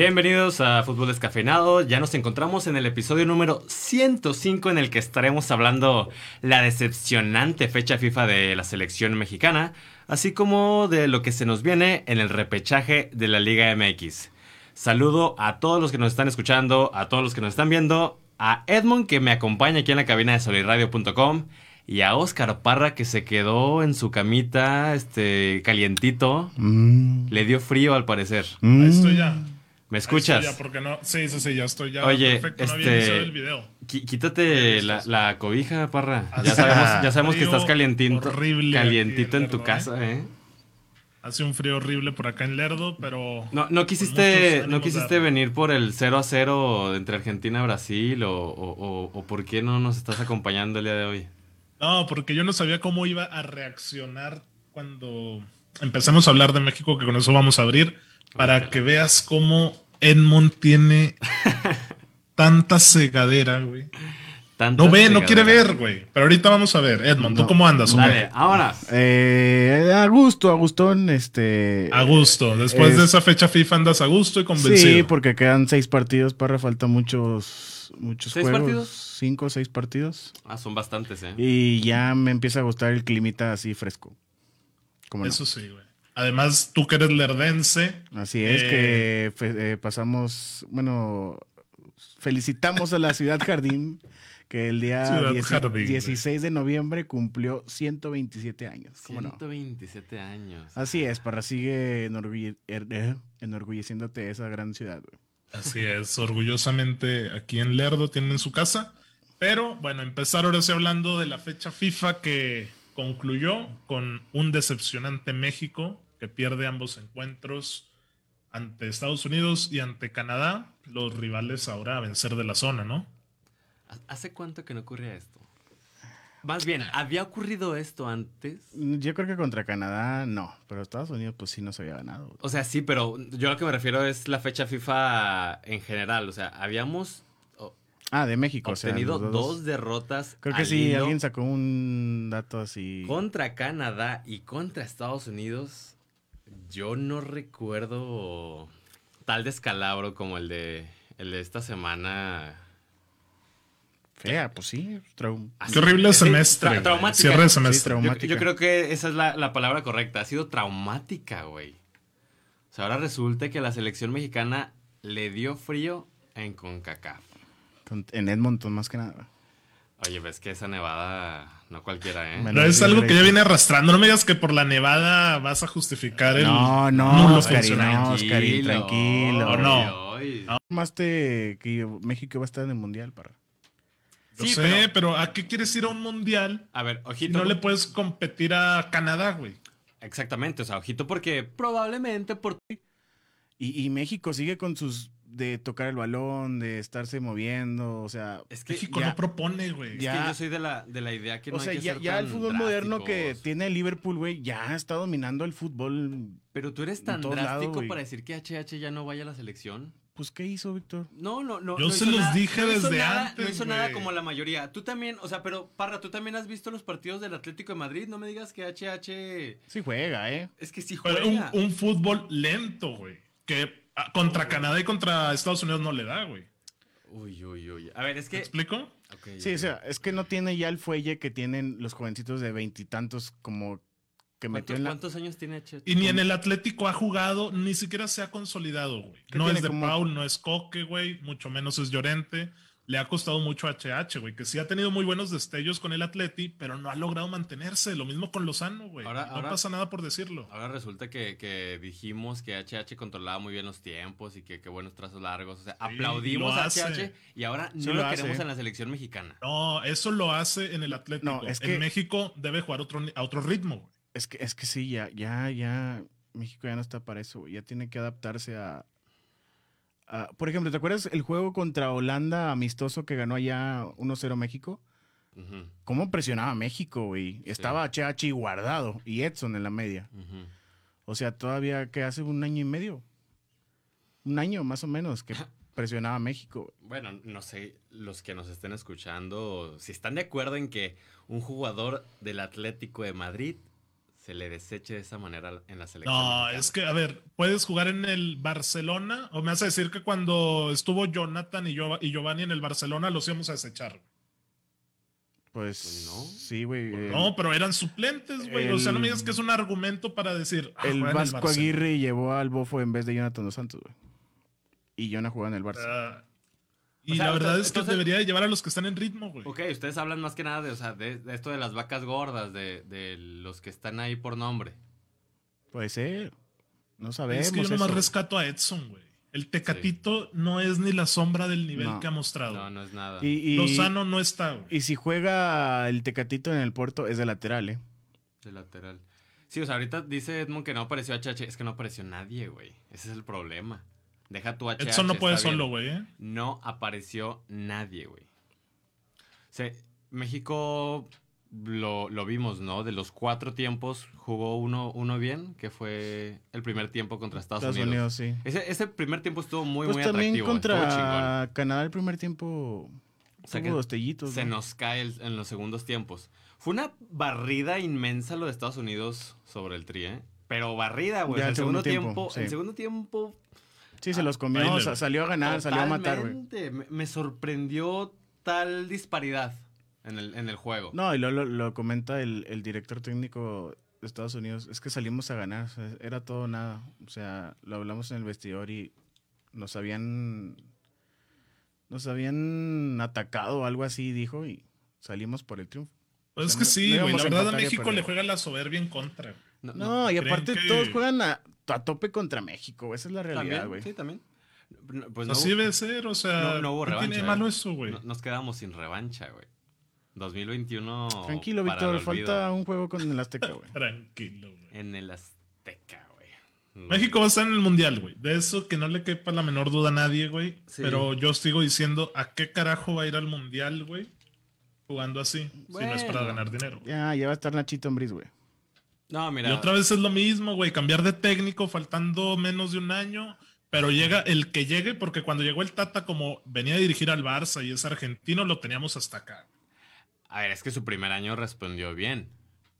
Bienvenidos a Fútbol Descafeinado. Ya nos encontramos en el episodio número 105 en el que estaremos hablando la decepcionante fecha FIFA de la selección mexicana, así como de lo que se nos viene en el repechaje de la Liga MX. Saludo a todos los que nos están escuchando, a todos los que nos están viendo, a Edmond que me acompaña aquí en la cabina de solirradio.com y a Oscar Parra que se quedó en su camita, este, calientito. Mm. Le dio frío al parecer. Mm. Ahí estoy ya. Ahí ¿Me estoy ya, escuchas? porque no. Sí, sí, sí, ya estoy ya. Oye, perfecto, no había este- iniciado el video. Qui- Pues, Quítate la, la cobija, Parra. Ya Hace sabemos, ya sabemos que frío estás calientito, Ah, horrible calientito aquí, en tu ¿verdad, eh? casa, ¿eh? Hace un frío horrible por acá en Lerdo, pero. No, no con muchos quisiste, ánimos no de- quisiste venir por el 0 a 0 entre Argentina y Brasil o, o- o- o por qué no nos estás acompañando el día de hoy. No, porque yo no sabía cómo iba a reaccionar cuando empecemos a hablar de México, que con eso vamos a abrir, para que veas cómo Edmond tiene tanta cegadera, güey. Tanta No ve, no fregadera. quiere ver, güey. Pero ahorita vamos a ver. Edmond, ¿tú No. cómo andas, Dale, hombre? ahora. Eh, a gusto, a gustón, este... A gusto. Después de Es- esa fecha FIFA andas a gusto y convencido. Sí, porque quedan seis partidos, para falta muchos, muchos ¿Seis juegos. partidos? Cinco, seis partidos. Ah, son bastantes, ¿eh? Y ya me empieza a gustar el climita así fresco. Como no. Eso sí, güey. Además, tú que eres lerdense, Así es que fe- eh, pasamos, bueno, felicitamos a la Ciudad Jardín, que el día Ciudad 10 Jardín. 16 de noviembre cumplió 127 años. ¿Cómo no? 127 años. Así es, para sigue enorgulle- er- eh, enorgulleciéndote de esa gran ciudad. güey. así es, pues, orgullosamente aquí en Lerdo tienen su casa. Pero bueno, empezar ahora sí hablando de la fecha FIFA que concluyó con un decepcionante México que pierde ambos encuentros ante Estados Unidos y ante Canadá, los rivales ahora a vencer de la zona, ¿no? ¿Hace cuánto que no ocurría esto? Más bien, ¿había ocurrido esto antes? Yo creo que contra Canadá no, pero Estados Unidos pues sí nos había ganado. güey. O sea, sí, pero yo a lo que me refiero es la fecha FIFA en general. O sea, habíamos Ah, de México. o sea, obtenido los dos derrotas. Creo que al sí, hilo alguien sacó un dato así. Contra Canadá y contra Estados Unidos. Yo no recuerdo tal descalabro como el de, el de esta semana. Fea, pues sí. trau- Así- Qué horrible es- semestre. tra- güey. traumática. Cierre de Sí, semestre. Yo, traumática. yo creo que esa es la, la palabra correcta. Ha sido traumática, güey. O sea, ahora resulta que la selección mexicana le dio frío en CONCACAF. Con- En Edmonton, más que nada. Oye, ves que esa nevada no cualquiera, ¿eh? Me No, es algo que ya viene arrastrando. No me digas que por la nevada vas a justificar el. No, no, nulo Oscarín, funcionamiento. no, Oscarín, tranquilo. ¿O no? Oye, oye. Formaste que México va a estar en el mundial, para. Yo Sí, sé, pero- pero... ¿a qué quieres ir a un mundial? A ver, Y ojito. no le puedes competir a Canadá, güey. Exactamente, o sea, ojito porque probablemente por Y, y México sigue con sus. de tocar el balón, de estarse moviendo, o sea. es que, México ya- no propone, güey. es que ya- yo soy de la, de la idea que no O sea, hay que ya, ser ya el tan fútbol moderno que drásticos. tiene el Liverpool, güey, ya está dominando el fútbol. Pero tú eres en tan todos lados, drástico güey. para decir que HH ya no vaya a la selección. Pues, ¿qué hizo, Víctor? No, no, no. Yo no se hizo los nada- dije no hizo desde nada- antes, No hizo nada güey. como la mayoría. Tú también, o sea, pero Parra, tú también has visto los partidos del Atlético de Madrid. No me digas que HH Sí juega, ¿eh? es que sí juega. Pero un, un fútbol lento, güey. Que ah, contra Canadá y contra Estados Unidos no le da, güey. Uy, uy, uy. A ver, es ¿Me que. explico? Ok, Sí, ok. o sea, es que no tiene ya el fuelle que tienen los jovencitos de veintitantos como que metió ¿Cuántos, en la... cuántos años tiene HH? Y ni en el Atlético ha jugado, ni siquiera se ha consolidado, güey. ¿Qué No tiene es de como- Paul, no es Coque, güey. Mucho menos es Llorente. Le ha costado mucho a HH, güey. Que sí ha tenido muy buenos destellos con el Atleti, pero no ha logrado mantenerse. Lo mismo con Lozano, güey. No Ahora- ahora- pasa nada por decirlo. Ahora resulta que, que dijimos que HH controlaba muy bien los tiempos y que, que buenos trazos largos. O sea, aplaudimos lo a hace. HH y ahora no Sí lo, lo queremos hace. en la selección mexicana. No, eso lo hace en el Atlético. No, es que- En México debe jugar otro, ni- a otro ritmo. güey. Es que, es que sí, ya, ya, ya, México ya no está para eso, güey. ya tiene que adaptarse a, a- Por ejemplo, ¿te acuerdas el juego contra Holanda amistoso que ganó allá 1-0 México? Ujú, ¿Cómo presionaba México, güey? Estaba HH guardado y Edson en la media. ujú. O sea, todavía que hace un año y medio. Un año más o menos que presionaba México. güey. Bueno, no sé, los que nos estén escuchando, si están de acuerdo en que un jugador del Atlético de Madrid se se le deseche de esa manera en la selección. No, mexicana. es que, a ver, puedes jugar en el Barcelona o me vas a decir que cuando estuvo Jonathan y, Giova- y Giovanni en el Barcelona los íbamos a desechar. Pues no. sí, güey. eh, No, pero eran suplentes, güey. O sea, no me digas el- que es un argumento para decir. ah, el juega en Vasco Barcelona. Aguirre llevó al Bofo en vez de Jonathan Dos Santos, güey. Y Jonathan jugaba en el Barça. Ah, y O sea, la verdad entonces- es que entonces- debería de llevar a los que están en ritmo, güey. Ok, ustedes hablan más que nada de, o sea, de, de esto de las vacas gordas, de, de los que están ahí por nombre. Puede ser. No sabemos. Es que yo nomás eso. rescato a Edson, güey. El Tecatito no es ni la sombra del nivel No. que ha mostrado. No, no es nada. y, y- Lozano no está, güey. y si juega el Tecatito en el Porto, es de lateral, ¿eh? De lateral. Sí, o sea, ahorita dice Edmond que no apareció HH. Es que no apareció nadie, güey. Ese es el problema. Deja tu HH. Edson no puede está bien. solo, güey. ¿eh? No apareció nadie, güey. O sea, México lo, lo vimos, ¿no? De los cuatro tiempos jugó uno, uno bien, que fue el primer tiempo contra Estados, Estados Unidos. Unidos, sí. Ese, ese primer tiempo estuvo muy, pues muy también atractivo. estuvo chingón. contra Canadá el primer tiempo O sea que tuvo dos tellitos. se ¿no? nos cae el- en los segundos tiempos. Fue una barrida inmensa lo de Estados Unidos sobre el tri, ¿eh? Pero barrida, güey. Ya El el segundo segundo tiempo, tiempo, sí. el segundo tiempo Sí, se los comió. Ahí le- sa- salió a ganar, salió a matar, güey. Totalmente. Me, me sorprendió tal disparidad en el, en el juego. No, y lo, lo- lo comenta el, el director técnico de Estados Unidos. Es que salimos a ganar. o sea, era todo o nada. O sea, lo hablamos en el vestidor y nos habían. Nos habían atacado o algo así, dijo, y salimos por el triunfo. Pues es sea, que no- sí, no güey. íbamos La a verdad a empatar y a México perder. le juega la soberbia en contra. güey. No, no. No, y ¿creen aparte que- todos juegan a, a tope contra México. güey, Esa es la realidad, También, güey. sí, también. No, Pues no, Así debe ser, o sea, no- no hubo ¿qué revancha, tiene de eh? malo eso, güey? no- nos quedamos sin revancha, güey. 2021. Tranquilo, para Víctor. el olvido. Falta un juego con el Azteca, güey. Tranquilo, güey. En el Azteca, güey. México va a estar en el mundial, güey. De eso que no le quepa la menor duda a nadie, güey. Sí. Pero yo sigo diciendo, ¿a qué carajo va a ir al mundial, güey? Jugando así, si no es para Bueno. ganar dinero. güey. Ya, ya va a estar Nachito en güey. No, Y mira. otra vez es lo mismo, güey, cambiar de técnico faltando menos de un año, pero llega el que llegue, porque cuando llegó el Tata, como venía a dirigir al Barça y es argentino, lo teníamos hasta acá. A ver, es que su primer año respondió bien.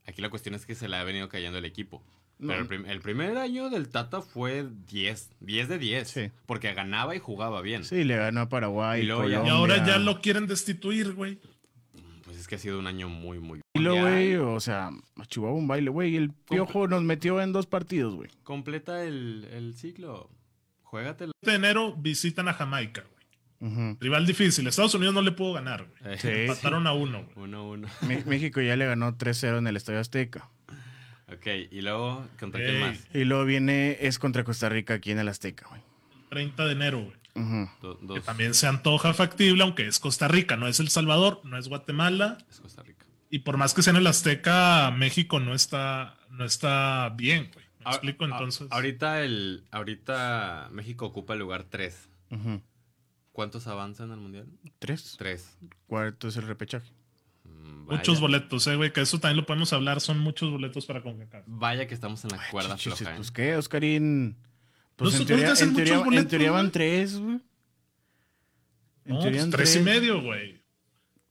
Aquí la cuestión es que se le ha venido cayendo el equipo. No. Pero el, prim- el primer año del Tata fue 10. 10 de 10. Sí. Porque ganaba y jugaba bien. Sí, le ganó a Paraguay. Y luego ya- Y Colombia. ahora ya lo quieren destituir, güey. Pues es que ha sido un año muy, muy Y eh, lo, mundial. güey, o sea, a Chihuahua un baile, güey. El piojo nos metió en dos partidos, güey. Completa el, el ciclo. Juégatela. de enero visitan a Jamaica, güey. Ujú. Rival difícil. Estados Unidos no le pudo ganar, güey. Eh, Sí. Empataron a uno, güey. Uno, uno. Me- México ya le ganó 3-0 en el Estadio Azteca. Ok, y luego, ¿contra Ey. quién más? Y luego viene, es contra Costa Rica aquí en el Azteca, güey. 30 de enero, güey. Ujú. Do- Que dos. también se antoja factible, aunque es Costa Rica, no es El Salvador, no es Guatemala. Es Costa Rica. Y por más que sea en el Azteca, México no está, no está bien, güey. ¿Me A- Ah, explico a- entonces? Ah, ahorita, el, ahorita México ocupa el lugar 3. Ujú. ¿Cuántos avanzan al mundial? Tres. 3. Cuarto es el repechaje. Mm, Muchos boletos, eh, güey, que eso también lo podemos hablar, son muchos boletos para CONCACAF. Vaya que estamos en la cuerda Chichis, floja. ¿eh? Pues qué, Oscarín. Pues Los en teoría, otros ya en, hacen teoría, muchos en boletos, teoría van güey. tres, güey. En No, teoría pues, van tres y medio, güey.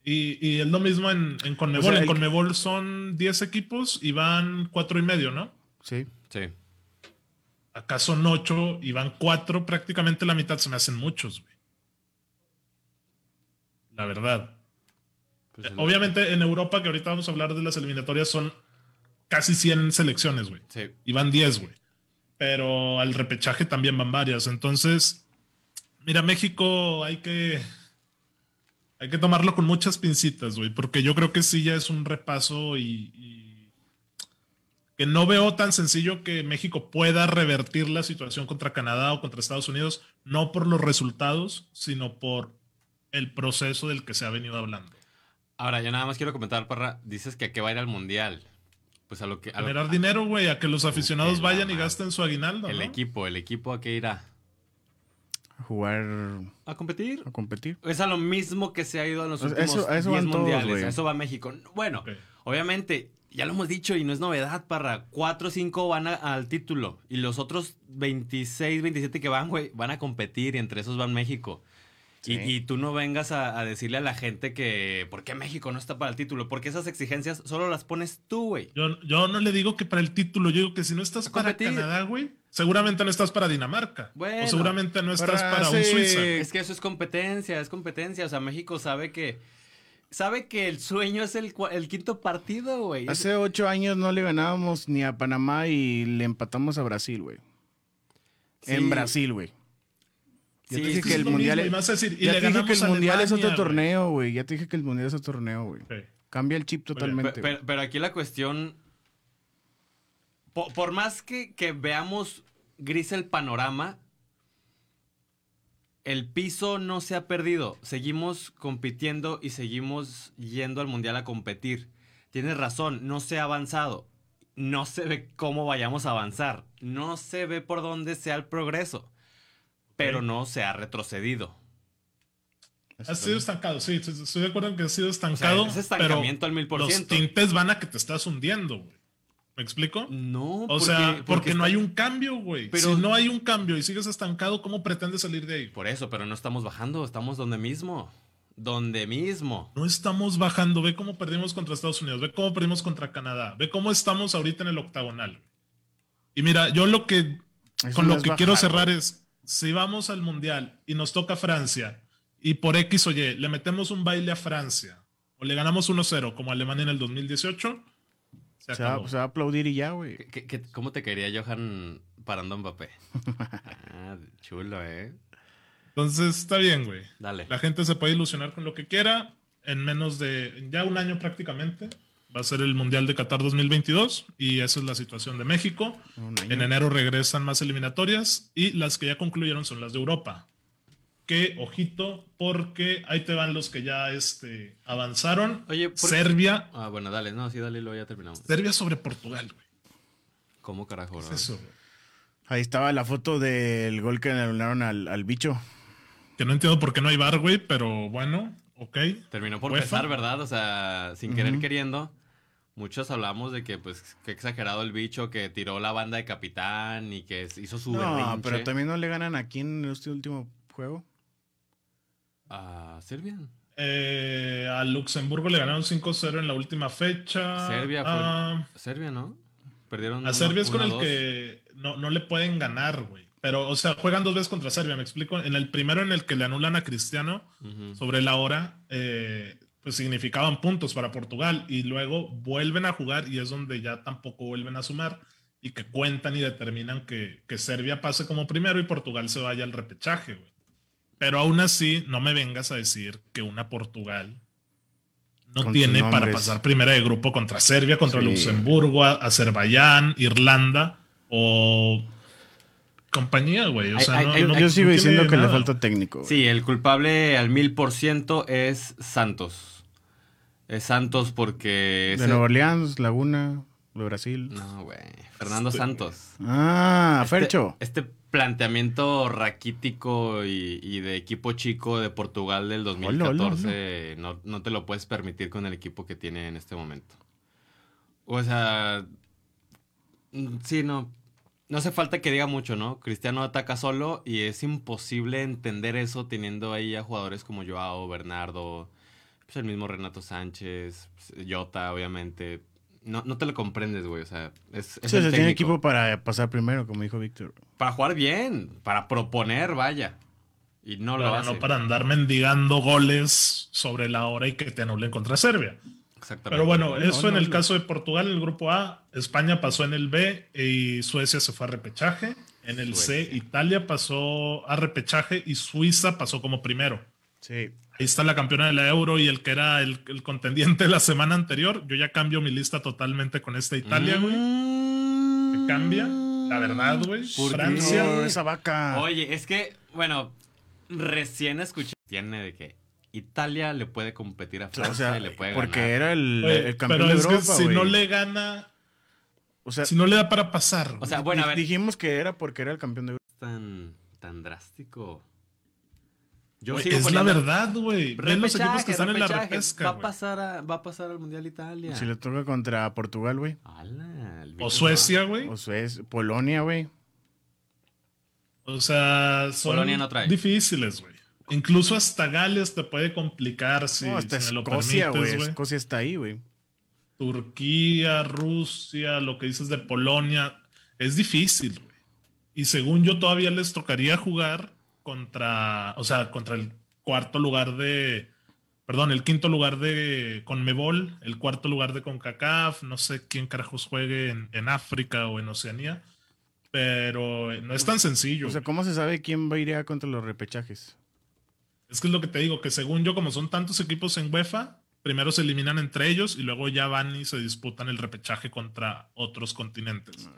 Y, y es lo mismo en, en Conmebol. O sea, en el- Conmebol son 10 equipos y van cuatro y medio, ¿no? Sí. Sí. Acá son ocho y van cuatro, prácticamente la mitad se me hacen muchos, güey. La verdad. Pues el- Obviamente en Europa, que ahorita vamos a hablar de las eliminatorias, son casi 100 selecciones, güey. Sí. Y van 10, güey. Pero al repechaje también van varias. Entonces, mira, México hay que. Hay que tomarlo con muchas pincitas, güey. Porque yo creo que sí ya es un repaso y. y que no veo tan sencillo que México pueda revertir la situación contra Canadá o contra Estados Unidos, no por los resultados, sino por el proceso del que se ha venido hablando. Ahora, yo nada más quiero comentar, Parra. Dices que a qué va a ir al mundial. Pues a lo que. a lo- generar dinero, güey, a que los aficionados la vayan y madre. gasten su aguinaldo. el ¿no? equipo, el equipo a qué irá. A jugar, A competir. a competir. Es a lo mismo que se ha ido a los O sea, últimos Pues eso- a eso 10 van todos, mundiales. güey. a eso va México. Bueno, Ok. obviamente, ya lo hemos dicho y no es novedad, Parra. 4 o 5 van a- al título. Y los otros 26, 27 que van, güey, van a competir. Y entre esos van México. Y, y tú no vengas a, a decirle a la gente que por qué México no está para el título, porque esas exigencias solo las pones tú, güey. Yo, yo no le digo que para el título, yo digo que si no estás A para competir. Canadá, güey, seguramente no estás para Dinamarca. Bueno. o seguramente no estás Para para, un hace- Suiza. Es que eso es competencia, es competencia. O sea, México sabe que. Sabe que el sueño es el, cua- el quinto partido, güey. Es- Hace ocho años no le ganábamos ni a Panamá y le empatamos a Brasil, güey. Sí. En Brasil, güey. Yo Sí, te dije sí, que sí. el Es lo mundial mismo, y vas a decir, y ya le te dije que ganamos el a mundial es Alemania, otro güey. torneo, güey. Ya te dije que el mundial es otro torneo, güey. Ok. Cambia el chip bien. Pe- totalmente. Pero, pero aquí la cuestión. po- Por, más que, que veamos gris el panorama, el piso no se ha perdido. Seguimos compitiendo y seguimos yendo al mundial a competir. Tienes razón, no se ha avanzado. No se ve cómo vayamos a avanzar. No se ve por dónde sea el progreso. Pero Ok. no se ha retrocedido. güey. Has sido estancado, sí, sí, sí, estoy de acuerdo en que has sido O sea, estancado. es estancamiento al mil pero por los ciento. tintes van a que te estás hundiendo, güey. ¿Me explico? No, O sea, porque, está- no hay un cambio, güey. Pero- si no hay un cambio y sigues estancado, ¿cómo pretendes salir de ahí? güey? Por eso, pero no estamos bajando, estamos donde mismo. Donde mismo. No estamos bajando. Ve cómo perdimos contra Estados Unidos, ve cómo perdimos contra Canadá, ve cómo estamos ahorita en el octagonal. güey. Y mira, yo lo que Eso con no lo es que bajar, quiero güey. cerrar es si vamos al mundial y nos toca Francia y por X o Y le metemos un baile a Francia o le ganamos 1-0 como Alemania en el 2018, se Se va, acabó. se va a aplaudir y ya, güey. ¿Qué- qué- qué- cómo te quería Johan parando Mbappé? Ah, chulo, ¿eh? Entonces está bien, güey. Dale. La gente se puede ilusionar con lo que quiera en menos de ya un año prácticamente. Va a ser el Mundial de Qatar 2022 y esa es la situación de México. Un año. En enero regresan más eliminatorias y las que ya concluyeron son las de Europa. Que ojito, porque ahí te van los que ya este, avanzaron. Oye, ¿por- Serbia, Ah, bueno, dale. No, sí, dale y luego ya terminamos. Serbia sobre Portugal, güey. ¿Cómo carajo, ¿Qué bro? es eso, güey? Ahí estaba la foto del gol que le anularon al, al bicho. Que no entiendo por qué no hay bar, güey, pero bueno, ok. Terminó por UEFA. pesar, ¿verdad? O sea, sin querer Ujú. queriendo. Muchos hablamos de que, pues, qué exagerado el bicho que tiró la banda de capitán y que hizo su No, berrinche. pero también no le ganan aquí en este último juego. Ah, Serbia. Eh, a Luxemburgo le ganaron 5-0 en la última fecha. Serbia fue- Ah, Serbia, ¿no? Perdieron. A uno- Serbia es con el 1-2. que no, no le pueden ganar, güey. Pero, o sea, juegan dos veces contra Serbia, me explico. En el primero en el que le anulan a Cristiano Ujú. sobre la hora, eh, pues significaban puntos para Portugal. Y luego vuelven a jugar y es donde ya tampoco vuelven a sumar. Y que cuentan y determinan que, que Serbia pase como primero y Portugal se vaya al repechaje, güey. Pero aún así, no me vengas a decir que una Portugal no Con tiene sus para nombres. pasar primera de grupo contra Serbia, contra Sí. Luxemburgo, a- Azerbaiyán, Irlanda o compañía, güey. O Ay, sea, ay, no- ay, no- Yo no sigo tiene diciendo que le nada. falta técnico. güey. Sí, el culpable al mil por ciento es Santos. Es Santos porque. De ese- Nueva Orleans, Laguna, de Brasil. No, güey. Fernando Este- Santos. Ah, Este- Fercho. Este, planteamiento raquítico y, y de equipo chico de Portugal del 2014 No, no te lo puedes permitir con el equipo que tiene en este momento. O sea, mm, sí, no. No hace falta que diga mucho, ¿no? Cristiano ataca solo y es imposible entender eso teniendo ahí a jugadores como Joao, Bernardo, pues el mismo Renato Sánchez, pues, Jota, obviamente. No, no te lo comprendes, güey. O sea, es, es Sí, o el sea, tiene técnico. equipo para pasar primero, como dijo Víctor. Para jugar bien, para proponer, vaya. Y no lo Pero hace. no para andar mendigando goles sobre la hora y que te anulen contra Serbia. Exactamente. Pero bueno, eso no, en el no. caso de Portugal, en el grupo A, España pasó en el B y Suecia se fue a repechaje. En el C, Suecia. Italia pasó a repechaje y Suiza pasó como primero. Sí. Ahí está la campeona de la Euro y el que era el, el contendiente la semana anterior. Yo ya cambio mi lista totalmente con esta Italia, güey. Mm. que cambia, la verdad, güey. ¿Por qué? Francia. No, esa vaca. Ah. Oye, es que, bueno, recién escuché. Tiene de que Italia le puede competir a Francia o sea, y le puede porque ganar. era el, Oye, el campeón pero de es Europa, que si güey. no le gana, O sea, si no le da para pasar. O güey. sea, bueno, a di- ver. dijimos que era porque era el campeón de Europa. Tan, tan drástico. Yo Güey, sigo es la poniendo- verdad, güey. Ven los Repechaje, equipos que están en la repechaje. repesca. Va a güey. pasar, a- va a pasar al Mundial Italia. Si le toca contra Portugal, güey. Ala, el O bicho Suecia, güey. O Suez, Polonia, güey. O sea, son Polonia no trae. difíciles, güey. no. Incluso hasta Gales te puede complicar si, No, hasta si me lo Escocia, güey. permites, güey. Escocia está ahí, güey. Turquía, Rusia, lo que dices de Polonia, es difícil, güey. Y según yo todavía les tocaría jugar contra, o sea, contra el cuarto lugar de, perdón, el quinto lugar de Conmebol, el cuarto lugar de CONCACAF, no sé quién carajos juegue en, en África o en Oceanía, pero no es tan sencillo. O sea, güey. ¿cómo se sabe quién va a ir a contra los repechajes? Es que es lo que te digo, que según yo, como son tantos equipos en UEFA, primero se eliminan entre ellos y luego ya van y se disputan el repechaje contra otros continentes.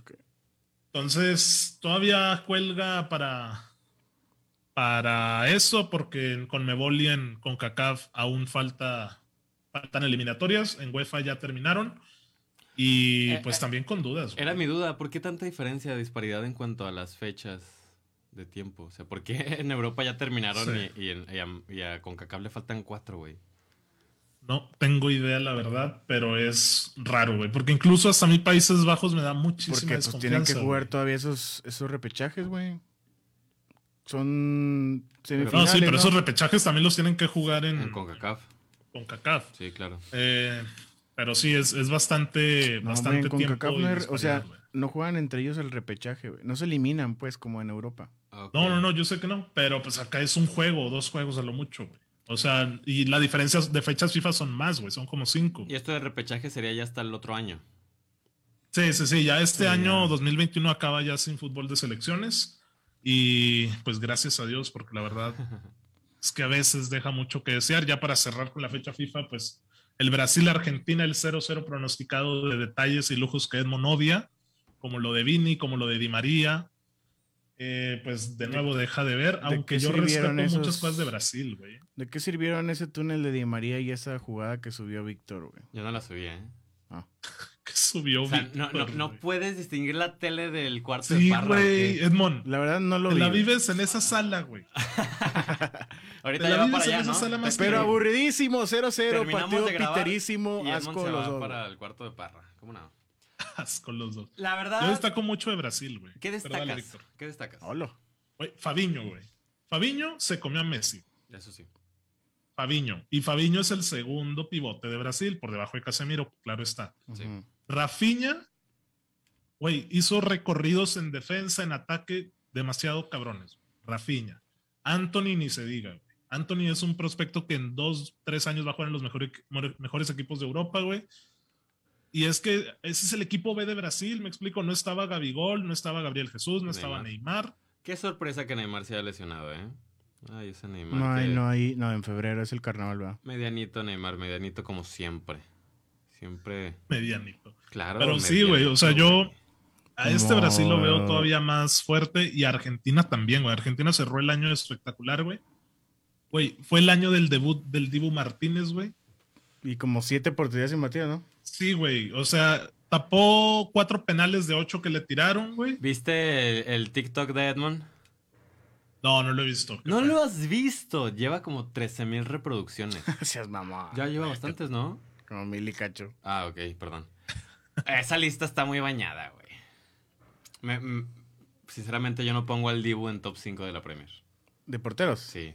Entonces, todavía cuelga para, para eso, porque en Conmebol y en CONCACAF aún falta, faltan eliminatorias. En UEFA ya terminaron. Y Eh, pues eh, también con dudas. güey. Era mi duda, ¿por qué tanta diferencia, disparidad en cuanto a las fechas de tiempo? O sea, ¿por qué en Europa ya terminaron Sí. y, y en- y a, y a CONCACAF le faltan cuatro, güey? No tengo idea, la verdad, pero es raro, güey. Porque incluso hasta mi Países Bajos me da muchísima Porque pues tienen que desconfianza, jugar güey. todavía esos, esos repechajes, güey. Son No, semifinales. Ah, sí, pero ¿no? esos repechajes también los tienen que jugar en, En CONCACAF, CONCACAF. sí, claro. Eh, pero sí, es, es bastante, No, bastante güey, en tiempo. CONCACAF y no hay- o disparidad, sea, güey. no juegan entre ellos el repechaje, güey. No se eliminan, pues, como en Europa. Ok. No, no, no, yo sé que no, pero pues acá es un juego, dos juegos a lo mucho, güey. O sea, y la diferencia de fechas FIFA son más, güey, son como cinco. Y esto de repechaje sería ya hasta el otro año. Sí, sí, sí, ya este Sí, año ya. 2021 acaba ya sin fútbol de selecciones y pues gracias a Dios, porque la verdad es que a veces deja mucho que desear. Ya para cerrar con la fecha FIFA, pues el Brasil-Argentina, el 0-0 pronosticado de detalles y lujos que Edmond odia, como lo de Vini, como lo de Di María, eh, pues de nuevo deja de ver, aunque qué yo respeto sirvieron muchas esos- cosas de Brasil, güey. ¿De qué sirvieron ese túnel de Di María y esa jugada que subió Víctor, güey? Yo no la subía, ¿eh? que subió. O sea, Víctor, no, no, no güey. puedes distinguir la tele del cuarto de Sí, parra. ¿o güey, qué? Edmond. La verdad no lo te vi. la güey. vives en esa sala, güey. Ahorita Te la ya va vives para en allá, esa ¿no? sala más Pero que- aburridísimo, 0-0, Terminamos partido de grabar piterísimo, Y Edmond asco se los va dos. para güey. el cuarto de parra. ¿Cómo no? con los dos. La Yo verdad, destaco mucho de Brasil, güey. ¿qué Pero destacas? dale, Víctor. ¿Qué destacas? Hola. Güey, Fabiño, güey. Fabiño se comió a Messi. Eso sí. Fabiño. Y Fabiño es el segundo pivote de Brasil, por debajo de Casemiro, claro está. Sí. Ujú. Rafinha, güey, hizo recorridos en defensa, en ataque, demasiado cabrones. Rafinha. Anthony ni se diga, güey. Anthony es un prospecto que en dos, tres años va a jugar en los mejores, mejores equipos de Europa, güey. Y es que ese es el equipo B de Brasil, me explico. No estaba Gabigol, no estaba Gabriel Jesús, no estaba Neymar. Qué sorpresa que Neymar se haya lesionado, ¿eh? Ay, ese Neymar. No, que- hay- no, hay- no, en febrero es el carnaval, ¿verdad? Medianito Neymar, medianito como siempre. Siempre, Medianito. claro. Pero sí, güey, medianito, o sea, yo güey. a este Brasil lo veo No. todavía más fuerte y Argentina también, güey. Argentina cerró el año espectacular, güey. Güey, fue el año del debut del Dibu Martínez, güey. Y como siete oportunidades sin Matías, ¿no? Sí, güey, o sea, tapó cuatro penales de ocho que le tiraron, güey. ¿Viste el, el TikTok de Edmond? No, no lo he visto. ¿Qué No fue? lo has visto. Lleva como 13.000 reproducciones. Gracias, mamá. Ya lleva bastantes, ¿no? Como mil y cacho. Ah, ok, perdón. Esa lista está muy bañada, güey. Me- m- sinceramente, yo no pongo al Dibu en top 5 de la Premier. ¿De porteros? Sí.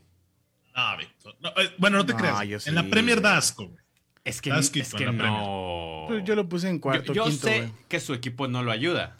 Ah, Víctor. No, eh, bueno, no te No, creas. yo sí, en la Premier güey. da asco, güey. Es Ah, que, Estás quito es que en la no. Pues yo lo puse en cuarto, Yo- yo quinto, sé güey. que su equipo no lo ayuda.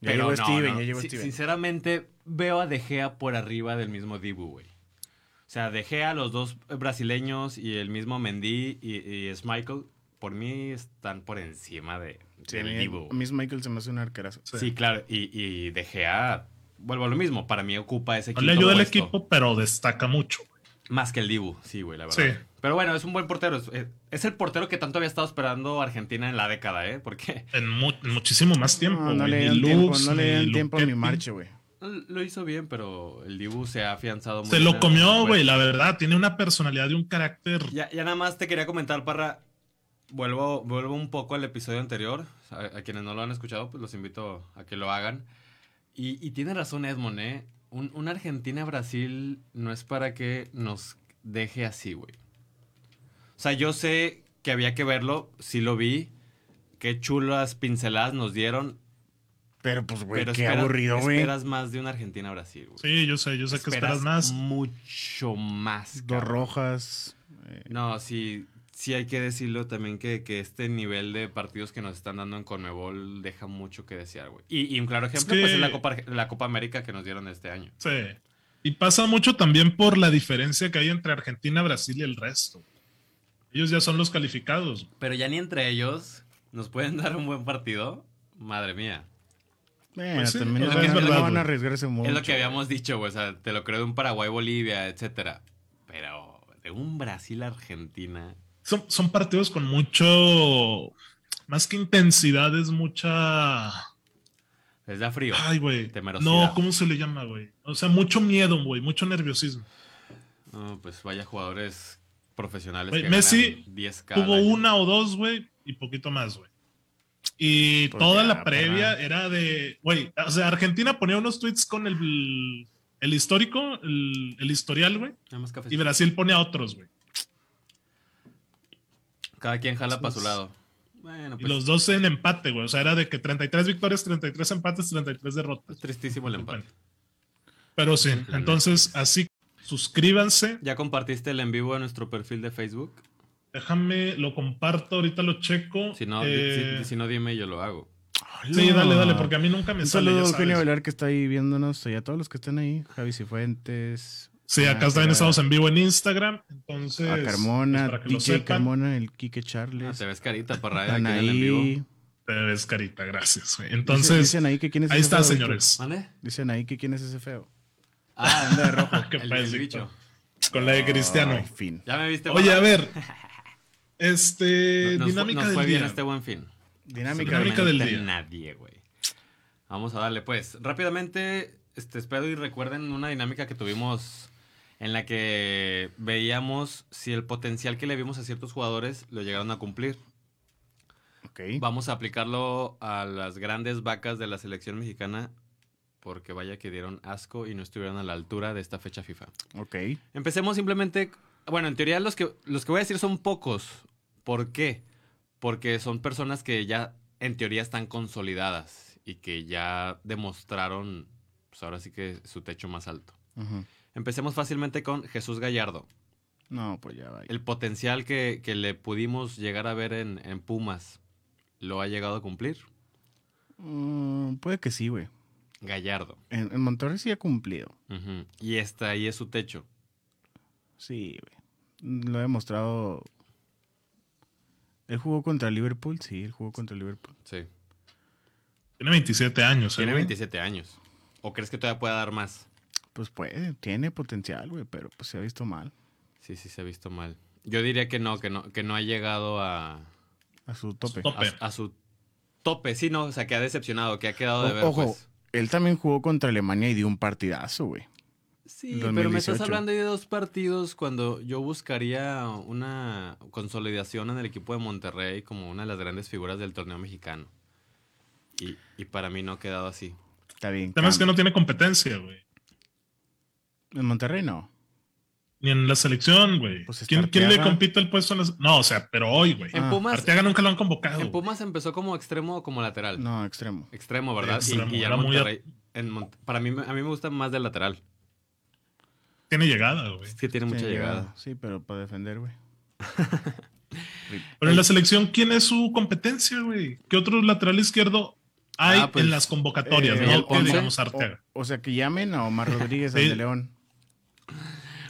Ya pero llegó no, Steven, no. ya llegó Si- Steven. Sinceramente, veo a De Gea por arriba del mismo Dibu, güey. O sea, De Gea, los dos brasileños y el mismo Mendy y, y es Michael, por mí están por encima de, Sí, a del mí- Dibu. a mí Michael se me hace un arquerazo. Sí. Sí, claro. Y, y De Gea, vuelvo a lo mismo, para mí ocupa ese No le quinto ayuda al puesto. equipo, pero destaca mucho. güey. Más que el Dibu, sí, güey, la verdad. Sí. Pero bueno, es un buen portero. Es, es- es el portero que tanto había estado esperando Argentina en la década, ¿eh? Porque En, mu- en muchísimo más tiempo. No, no güey. le Ni dan tiempo, Lux, no le ni dan tiempo a mi Luchetti. marcha, güey. lo hizo bien, pero el Dibu se ha afianzado muy Se bien lo en- comió, güey, la verdad. Tiene una personalidad y un carácter pues. Ya, ya nada más te quería comentar, Parra. Vuelvo, vuelvo un poco al episodio anterior. A, a quienes no lo han escuchado, pues los invito a que lo hagan. Y, y tiene razón Edmond, ¿eh? Un, un Argentina-Brasil no es para que nos deje así, güey. O sea, yo sé que había que verlo, sí lo vi. Qué chulas pinceladas nos dieron. Pero pues, güey, qué aburrido, güey. Esperas más de una Argentina-Brasil, güey. Sí, yo sé, yo sé que esperas más. Mucho más. Dos cabrón. rojas. eh, No, sí, sí hay que decirlo también que, que este nivel de partidos que nos están dando en Conmebol deja mucho que desear, güey. Y, y un claro ejemplo, que- pues es la Copa, Arge- la Copa América que nos dieron este año. Sí. Y pasa mucho también por la diferencia que hay entre Argentina, Brasil y el resto. Ellos ya son los calificados. Pero ya ni entre ellos nos pueden dar un buen partido. Madre mía. eh, Pues sí, también es no, lo que es no verdad, van güey. a arriesgarse mucho. es lo que habíamos dicho, güey. O sea, te lo creo de un Paraguay, Bolivia, etcétera. Pero de un Brasil, Argentina. Son, son partidos con mucho. Más que intensidad, es mucha. Les pues, da frío. Ay, güey. Temerosidad. No, ¿cómo se le llama, güey? O sea, mucho miedo, güey. Mucho nerviosismo. No, pues vaya jugadores profesionales. Güey, que Messi ganan 10 cada Tuvo año. una o dos, güey, y poquito más, güey. Y Pues toda ya, la previa para- era de, güey, o sea, Argentina ponía unos tweets con el, el histórico, el, el historial, güey, Nada más cafecito. y Brasil ponía otros, güey. Cada quien jala para su Entonces, lado. Bueno, Y pues los dos en empate, güey. O sea, era de que 33 victorias, 33 empates, 33 derrotas. es tristísimo el empate. Pero sí, entonces así, suscríbanse. ¿Ya compartiste el en vivo en nuestro perfil de Facebook? Déjame, lo comparto, ahorita lo checo. Si no, Eh, di- si, si no dime, yo lo hago. ¡Hala! sí, dale, dale, porque a mí nunca me Un sale. saludo a ya Eugenio sabes. Velar que está ahí viéndonos y a todos los que están ahí. Javi Cifuentes. Sí, acá Ah, también era- estamos en vivo en Instagram. Entonces, A pues, Carmona, para que lo DJ sepan, Carmona, el Quique Ah, Charles. te ves carita para aquí en el en vivo. Anaí. Te ves carita, gracias. güey. Dicen- Entonces, dicen ahí que quién es ahí ese está, feo, señores. ¿Vale? Víctor. Dicen ahí que quién es ese feo. Ah, anda de rojo. Qué el, pez, el Víctor. bicho. Con la de Cristiano. Ay, fin. Ya me viste. Oye, guapo. a ver. Nos- Este. nos, dinámica nos del fue bien día. este buen fin. Dinámica. Dinámica Seguramente del día. Nadie, güey. Vamos a darle, pues. Rápidamente, este, espero y recuerden una dinámica que tuvimos en la que veíamos si el potencial que le vimos a ciertos jugadores lo llegaron a cumplir. Ok. Vamos a aplicarlo a las grandes vacas de la selección mexicana porque vaya que dieron asco y no estuvieron a la altura de esta fecha FIFA. Ok. Empecemos simplemente, bueno, en teoría los que, los que voy a decir son pocos. ¿Por qué? Porque son personas que ya en teoría están consolidadas y que ya demostraron, pues ahora sí que su techo más alto. Ujú. Empecemos fácilmente con Jesús Gallardo. No, pues ya va. El potencial que, que le pudimos llegar a ver en, en Pumas, ¿lo ha llegado a cumplir? Mm, puede que sí, güey. Gallardo. En, en Monterrey sí ha cumplido. Ujú. Y está ahí es su techo. Sí, güey. Lo ha demostrado. Él jugó contra Liverpool, sí, él jugó contra Liverpool. Sí. Tiene 27 años. Tiene ¿eh, güey? 27 años. ¿O crees que todavía pueda dar más? Pues puede, tiene potencial, güey, pero pues se ha visto mal Sí, sí, se ha visto mal. Yo diría que no, que no, que no ha llegado a, a- a su tope. top. Tope. a su tope. Sí, no, o sea, que ha decepcionado, que ha quedado de O- ver. ojo. pues. Él también jugó contra Alemania y dio un partidazo, güey. Sí, 2018. pero me estás hablando de dos partidos cuando yo buscaría una consolidación en el equipo de Monterrey como una de las grandes figuras del torneo mexicano. Y, y para mí no ha quedado así. Está bien. El tema es que cambio. no tiene competencia, güey. En Monterrey no. Ni en la selección, güey. Pues está ¿Quién, quién le Arteaga. compite el puesto? En las... No, o sea, pero hoy, güey. En Ah, Pumas, Arteaga nunca lo han convocado. en güey. Pumas empezó como extremo o como lateral. No, extremo. Extremo, ¿verdad? Y- Extremo, y, ya era muy Monterrey- en Mon- para mí, a mí me gusta más de lateral. Tiene llegada, güey. Es que tiene mucha Tiene llegada. Sí, pero para defender, güey. Pero en la selección, ¿quién es su competencia, güey? ¿Qué otro lateral izquierdo hay Ah, pues, en las convocatorias? Eh, Oh, el no que once. digamos o, Arteaga. o sea, que llamen a Omar Rodríguez, al Sí. de León.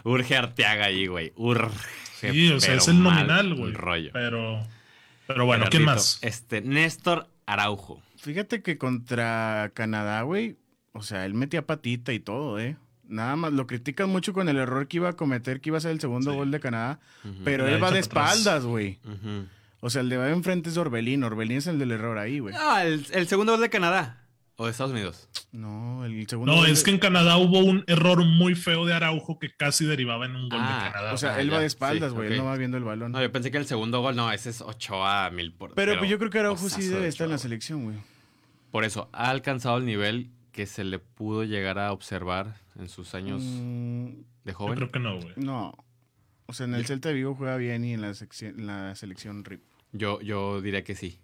Urge Arteaga ahí, güey. Urge. Sí, o sea, pero es el mal nominal, güey. Rollo. Pero, pero bueno, ¿quién Gerardito. más? Eh, Este, Néstor Araujo. Fíjate que contra Canadá, güey, o sea, él metía patita y todo, ¿eh? Nada más, lo critican mucho con el error que iba a cometer, que iba a ser el segundo Sí. gol de Canadá, Ujú, pero La él va de derecha para atrás. espaldas, güey. ujú. O sea, el de va enfrente es Orbelín, Orbelín es el del error ahí, güey. Ah, el, el segundo gol de Canadá. O de Estados Unidos. No, el segundo No, gol es de- que en Canadá hubo un error muy feo de Araujo que casi derivaba en un gol Ah, de Canadá. O sea, Ah, él ya, va de espaldas, sí, güey, ok. él no va viendo el balón. No, yo pensé que el segundo gol, no, ese es Ochoa mil por pero, pues, yo creo que Araujo sí osazo debe de estar en la Ochoa, selección, güey. güey. Por eso, ha alcanzado el nivel que se le pudo llegar a observar en sus años Mm, de Yo joven. creo que no, güey. no. O sea, en el Celta de Vigo juega bien y en la, sección- en la selección RIP. Yo, yo diría que sí.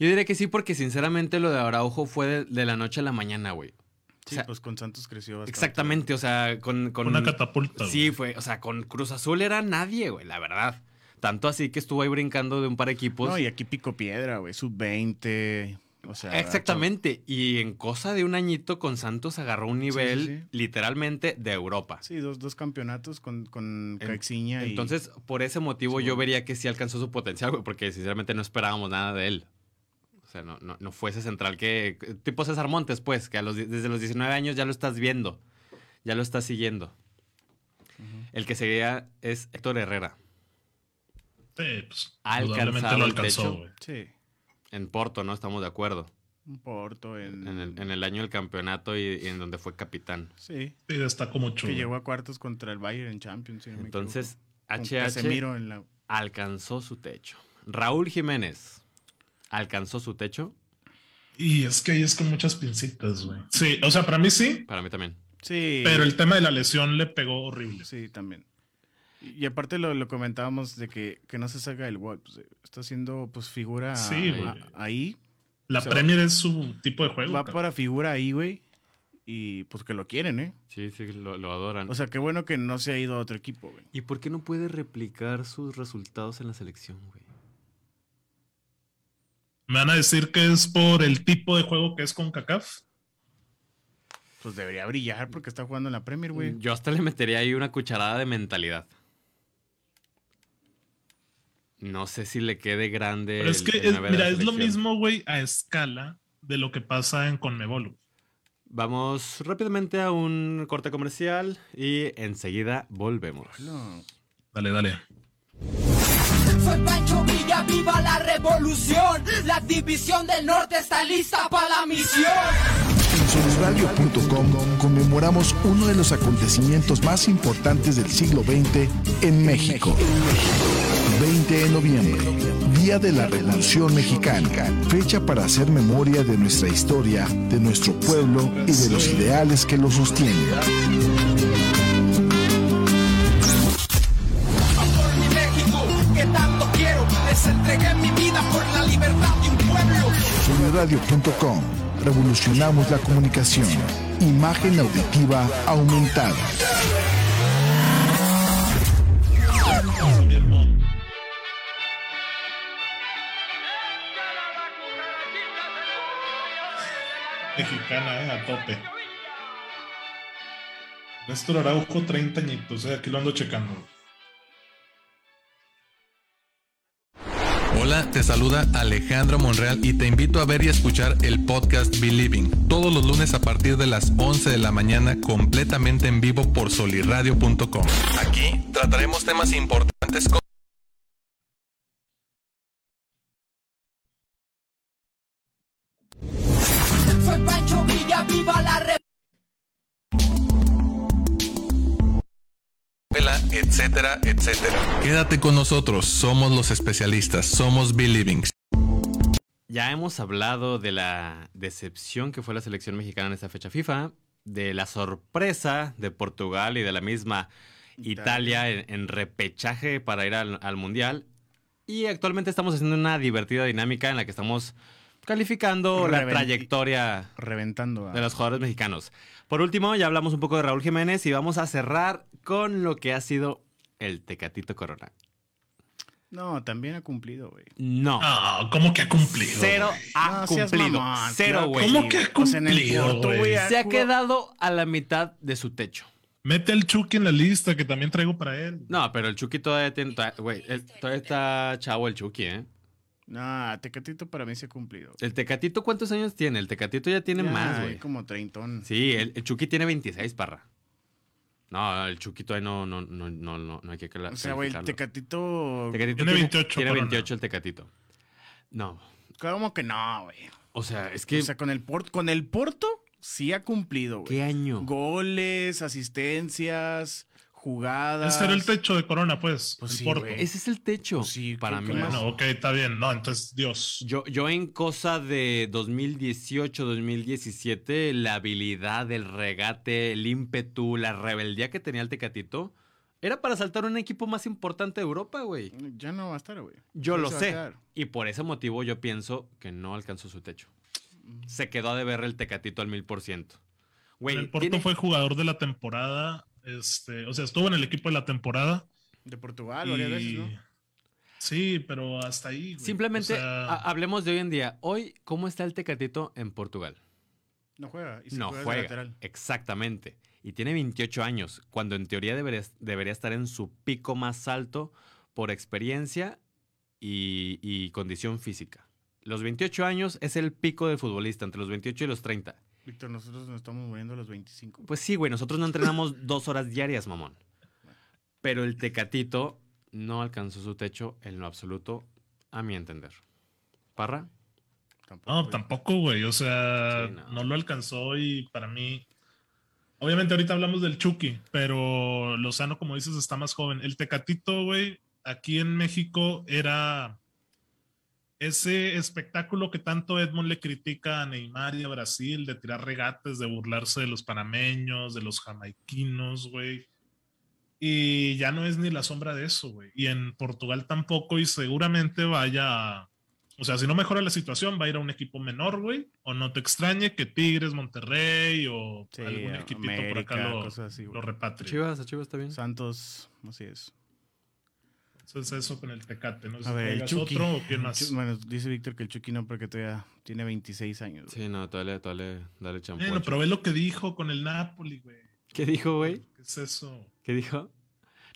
Yo diría que sí, porque sinceramente lo de Araujo fue de, de la noche a la mañana, güey. O Sí, sea, pues con Santos creció bastante. Exactamente, o sea, con... con Una catapulta. Sí, güey. fue, o sea, con Cruz Azul era nadie, güey, la verdad. Tanto así que estuvo ahí brincando de un par de equipos. No, y aquí pico piedra, güey. Sub 20. O sea. Ah, Exactamente, y en cosa de un añito con Santos agarró un nivel sí, sí. literalmente de Europa. Sí, dos, dos campeonatos con, con En- Caixinha y- Entonces, por ese motivo Sí, yo güey. vería que sí alcanzó su potencial, güey, porque sinceramente no esperábamos nada de él. O sea, no, no, no fue ese central que... Tipo César Montes, pues, que a los, die- desde los 19 años ya lo estás viendo, ya lo estás siguiendo. Ujú. El que seguía es Héctor Herrera, Sí, pues, Ha indudablemente alcanzado lo el alcanzó, techo. güey. Sí. en Porto, ¿no? Estamos de acuerdo. Un Porto en. En el, en el año del campeonato y, y en donde fue capitán. Sí. Sí, destacó mucho. Que güey. llegó a cuartos contra el Bayern en Champions. si no me Entonces, equivoco. Con HH Casemiro en la. alcanzó su techo. Raúl Jiménez alcanzó su techo. Y es que ahí es con muchas pincitas, güey. Sí, o sea, para mí sí, Para mí también. Sí. pero el tema de la lesión le pegó horrible. Sí, también. Y y aparte lo, lo comentábamos de que, que no se salga del Wolves. eh, Está siendo pues figura Sí, a- güey. ahí. La Se va. Premier es su tipo de juego. Va cabrón. para figura ahí, güey. Y pues que lo quieren, ¿eh? Sí, sí, lo, lo adoran. O sea, qué bueno que no se ha ido a otro equipo, güey. ¿Y por qué no puede replicar sus resultados en la selección, güey? Me van a decir que es por el tipo de juego que es con CACAF. Pues debería brillar porque está jugando en la Premier, güey. Mm. Yo hasta le metería ahí una cucharada de mentalidad. No sé si le quede grande. Pero es el- que, el es- nueve de la mira, es lo selección. mismo, güey, a escala de lo que pasa en Conmebol. Vamos rápidamente a un corte comercial y enseguida volvemos. No. Dale, dale. Soy Pancho Villa, viva la revolución. La división del norte está lista para la misión. En solosradio.com conmemoramos uno de los acontecimientos más importantes del siglo XX en México. 20 de noviembre, Día de la Revolución Mexicana, fecha para hacer memoria de nuestra historia, de nuestro pueblo y de los ideales que lo sostienen. por mi México que tanto quiero. Les entregué mi vida por la libertad de un pueblo. Solosradio.com, revolucionamos la comunicación. Imagen auditiva aumentada. Mexicana, eh, a tope. Néstor Araujo, 30 añitos, eh, aquí lo ando checando. Hola, te saluda Alejandro Monreal y te invito a ver y escuchar el podcast Believing todos los lunes a partir de las 11 de la mañana completamente en vivo por solirradio.com. Aquí trataremos temas importantes como Soy Pancho Villa, viva la revolución. vela, etcétera, etcétera. Quédate con nosotros, somos los especialistas, somos Believing. Ya hemos hablado de la decepción que fue la selección mexicana en esta fecha FIFA, de la sorpresa de Portugal y de la misma Italia en, en repechaje para ir al, al Mundial. Y actualmente estamos haciendo una divertida dinámica en la que estamos calificando la Reven- trayectoria Reventando. a- de los jugadores mexicanos. Por último, ya hablamos un poco de Raúl Jiménez y vamos a cerrar con lo que ha sido el Tecatito Corona. No, también ha cumplido, güey. No. Ah, ¿cómo que ha cumplido? Cero güey? ha No seas cumplido. mamón, Cero, claro güey. ¿Cómo que ha O sea, en el cumplido, Porto, güey? güey, Se ha jugado- quedado a la mitad de su techo. Mete al Chucky en la lista que también traigo para él. No, pero el Chucky todavía tiene. ta- Güey, él- todavía está chavo el Chucky, ¿eh? No, Tecatito para mí se ha cumplido. El Tecatito, ¿cuántos años tiene? El Tecatito ya tiene Ya, más, ahí güey. Como treintón. Sí, el, el Chucky tiene 26, parra. No, el Chucky todavía no, no, no, no, no, no hay que cla- O sea, güey, el calificarlo. Tecatito. Tecatito Tiene 28 Tiene Corona. 28 el Tecatito. No, ¿Cómo que no, güey? o sea, es que. O sea, con el, Porto, con el Porto sí ha cumplido, ¿Qué güey. año? Goles, asistencias, jugadas. Ese era el techo de Corona, pues. Pues el sí, Porto. güey. Ese es el techo. Sí, para mí. creo que no. Bueno, ok, está bien. No, entonces, Dios. Yo, yo en cosa de 2018-2017, la habilidad, el regate, el ímpetu, la rebeldía que tenía el Tecatito, Era para saltar un equipo más importante de Europa, güey. Ya no va a estar, güey. Yo Ya lo se va a sé. quedar. Y por ese motivo yo pienso que no alcanzó su techo. Se quedó a deber el tecatito al mil por ciento. Güey, el Porto tiene- fue jugador de la temporada. Este, o sea, estuvo en el equipo de la temporada. Ah, De Portugal, y- varias veces, ¿no? Sí, pero hasta ahí. güey. simplemente O sea, ha- hablemos de hoy en día. Hoy, ¿cómo está el tecatito en Portugal? No juega. Y se no juega, de juega. lateral. Exactamente. Y tiene 28 años, cuando en teoría debería, debería estar en su pico más alto por experiencia y, y condición física. Los 28 años es el pico del futbolista, entre los 28 y los 30. Víctor, nosotros nos estamos muriendo a los 25. Pues sí, güey, nosotros no entrenamos dos horas diarias, mamón. Pero el Tecatito no alcanzó su techo en lo absoluto, a mi entender. Parra, Tampoco. No, güey. tampoco, güey. O sea, Sí, no. no. lo alcanzó y para mí. Obviamente, ahorita hablamos del Chucky, pero Lozano, como dices, está más joven. El Tecatito, güey, aquí en México era ese espectáculo que tanto Edmond le critica a Neymar y a Brasil, de tirar regates, de burlarse de los panameños, de los jamaiquinos, güey. Y ya no es ni la sombra de eso, güey. Y en Portugal tampoco, y seguramente vaya a. O sea, si no mejora la situación, va a ir a un equipo menor, güey. O no te extrañe que Tigres, Monterrey o Sí, algún equipito América, por acá lo, cosas así, güey. lo repatrie. Chivas, a Chivas está bien. Santos, así es. Entonces eso con el Tecate, ¿no? A Si ver, el traigas Chucky. otro o quién Chu- más. Bueno, dice Víctor que el Chucky no, porque todavía tiene 26 años. Sí, no, dale, dale, dale champú. Bueno, pero ve lo que dijo con el Napoli, güey. ¿Qué dijo, güey? ¿Qué es eso? ¿Qué dijo?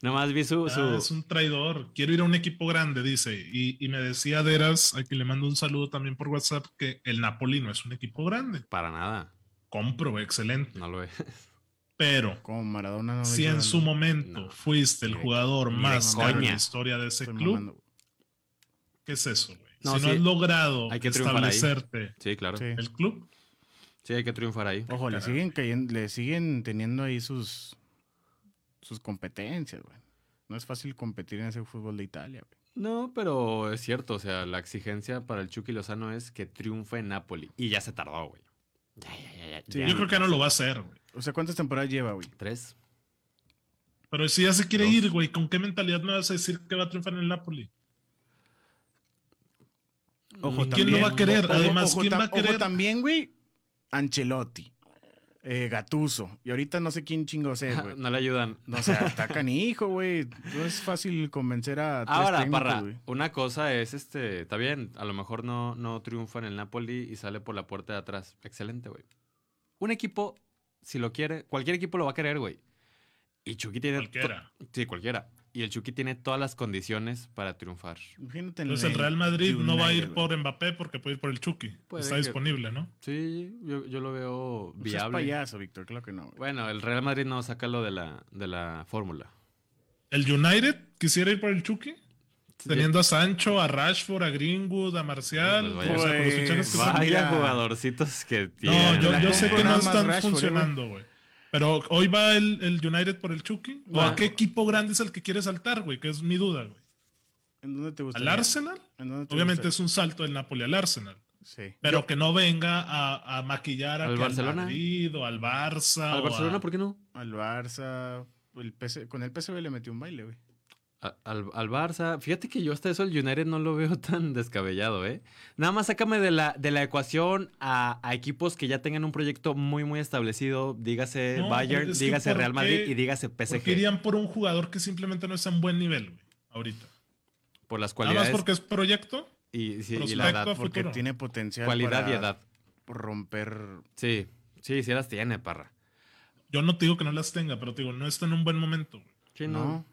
Nomás vi su... su- Ah, es un traidor. Quiero ir a un equipo grande, dice. Y, y me decía Deras, a quien le mando un saludo también por WhatsApp, que el Napoli no es un equipo grande. Para nada, Compro, güey, excelente. no lo es. Pero Como Maradona no si venía en su dando- momento No. fuiste el Ni de- jugador ni de más caro en coña. la historia de ese estoy club, mamando, güey. ¿qué es eso, güey? No, si no sí, has logrado hay que triunfar ahí. establecerte Sí, claro. Sí. Sí. el club, hay que triunfar ahí. Ojo, le Carajo. siguen cayendo, le siguen teniendo ahí sus sus competencias, güey. No es fácil competir en ese fútbol de Italia, güey. No, pero es cierto, o sea, la exigencia para el Chucky Lozano es que triunfe en Napoli. Y ya se tardó, güey. Ya, ya, ya, ya, ya. yo creo que no lo va a hacer, güey. O sea, ¿cuántas temporadas lleva, güey? Tres. Pero si ya se quiere Dos. ir, güey, ¿con qué mentalidad me vas a decir que va a triunfar en el Napoli? Ojo, ¿Y quién lo va a querer? Además, ¿quién tam- va a querer? también, güey, Ancelotti, eh, Gatuso. Y ahorita no sé quién chingos es, güey. Ah, no le ayudan. No, o sea, está canijo, güey. No es fácil convencer a tres Ahora, técnicos, Parra, güey. una cosa es este, está bien, a lo mejor no, no triunfa en el Napoli y sale por la puerta de atrás. Excelente, güey. Un equipo, si lo quiere, cualquier equipo lo va a querer, güey. Y Chucky tiene. to- Cualquiera. Sí, cualquiera. Y el Chucky tiene todas las condiciones para triunfar. Imagínate en Entonces Pues el Real Madrid no va a ir United, por Mbappé porque puede ir por el Chucky. Puede Está que- disponible, ¿no? Sí, yo, yo lo veo güey. O sea, es viable. payaso, Víctor, claro que no. güey. Pues Bueno, el Real Madrid no saca lo de la, de la fórmula. ¿El United quisiera ir por el Chucky? Teniendo a Sancho, a Rashford, a Greenwood, a Marcial. Pues vaya. o sea, con los fichajes que se- Vaya mira. jugadorcitos que No, tiene. yo, yo la- sé que nada no más ¿eh, están Rashford, funcionando, güey. Pero hoy va el, el United por el Chucky. ¿O Bueno. a qué equipo grande es el que quiere saltar, güey? Que es mi duda, güey. ¿En dónde te gusta? ¿Al Arsenal? ¿En dónde te Obviamente gusta? es un salto del Napoli al Arsenal. Sí. Pero que no venga a, a maquillar a ¿Al que al Barcelona? Madrid o al Barça. ¿Al o a- Barcelona por qué no? Al Barça, el PC, con el PSV le metió un baile, güey. A- Al, al Barça. Fíjate que yo hasta eso el United no lo veo tan descabellado, ¿eh? Nada más sácame de la, de la ecuación a, a equipos que ya tengan un proyecto muy, muy establecido. Dígase No, Bayern, es que dígase ¿por Real qué- Madrid y dígase ¿Por PSG. qué irían por un jugador que simplemente no está en buen nivel, güey? Ahorita. Por las Nada más cualidades porque es proyecto. y, sí, y la prospecto edad. a Porque futuro. tiene potencial Cualidad para y edad. romper. Sí, sí, sí las tiene, parra. Yo no te digo que no las tenga, pero te digo, no está en un buen momento, güey. Sí, No.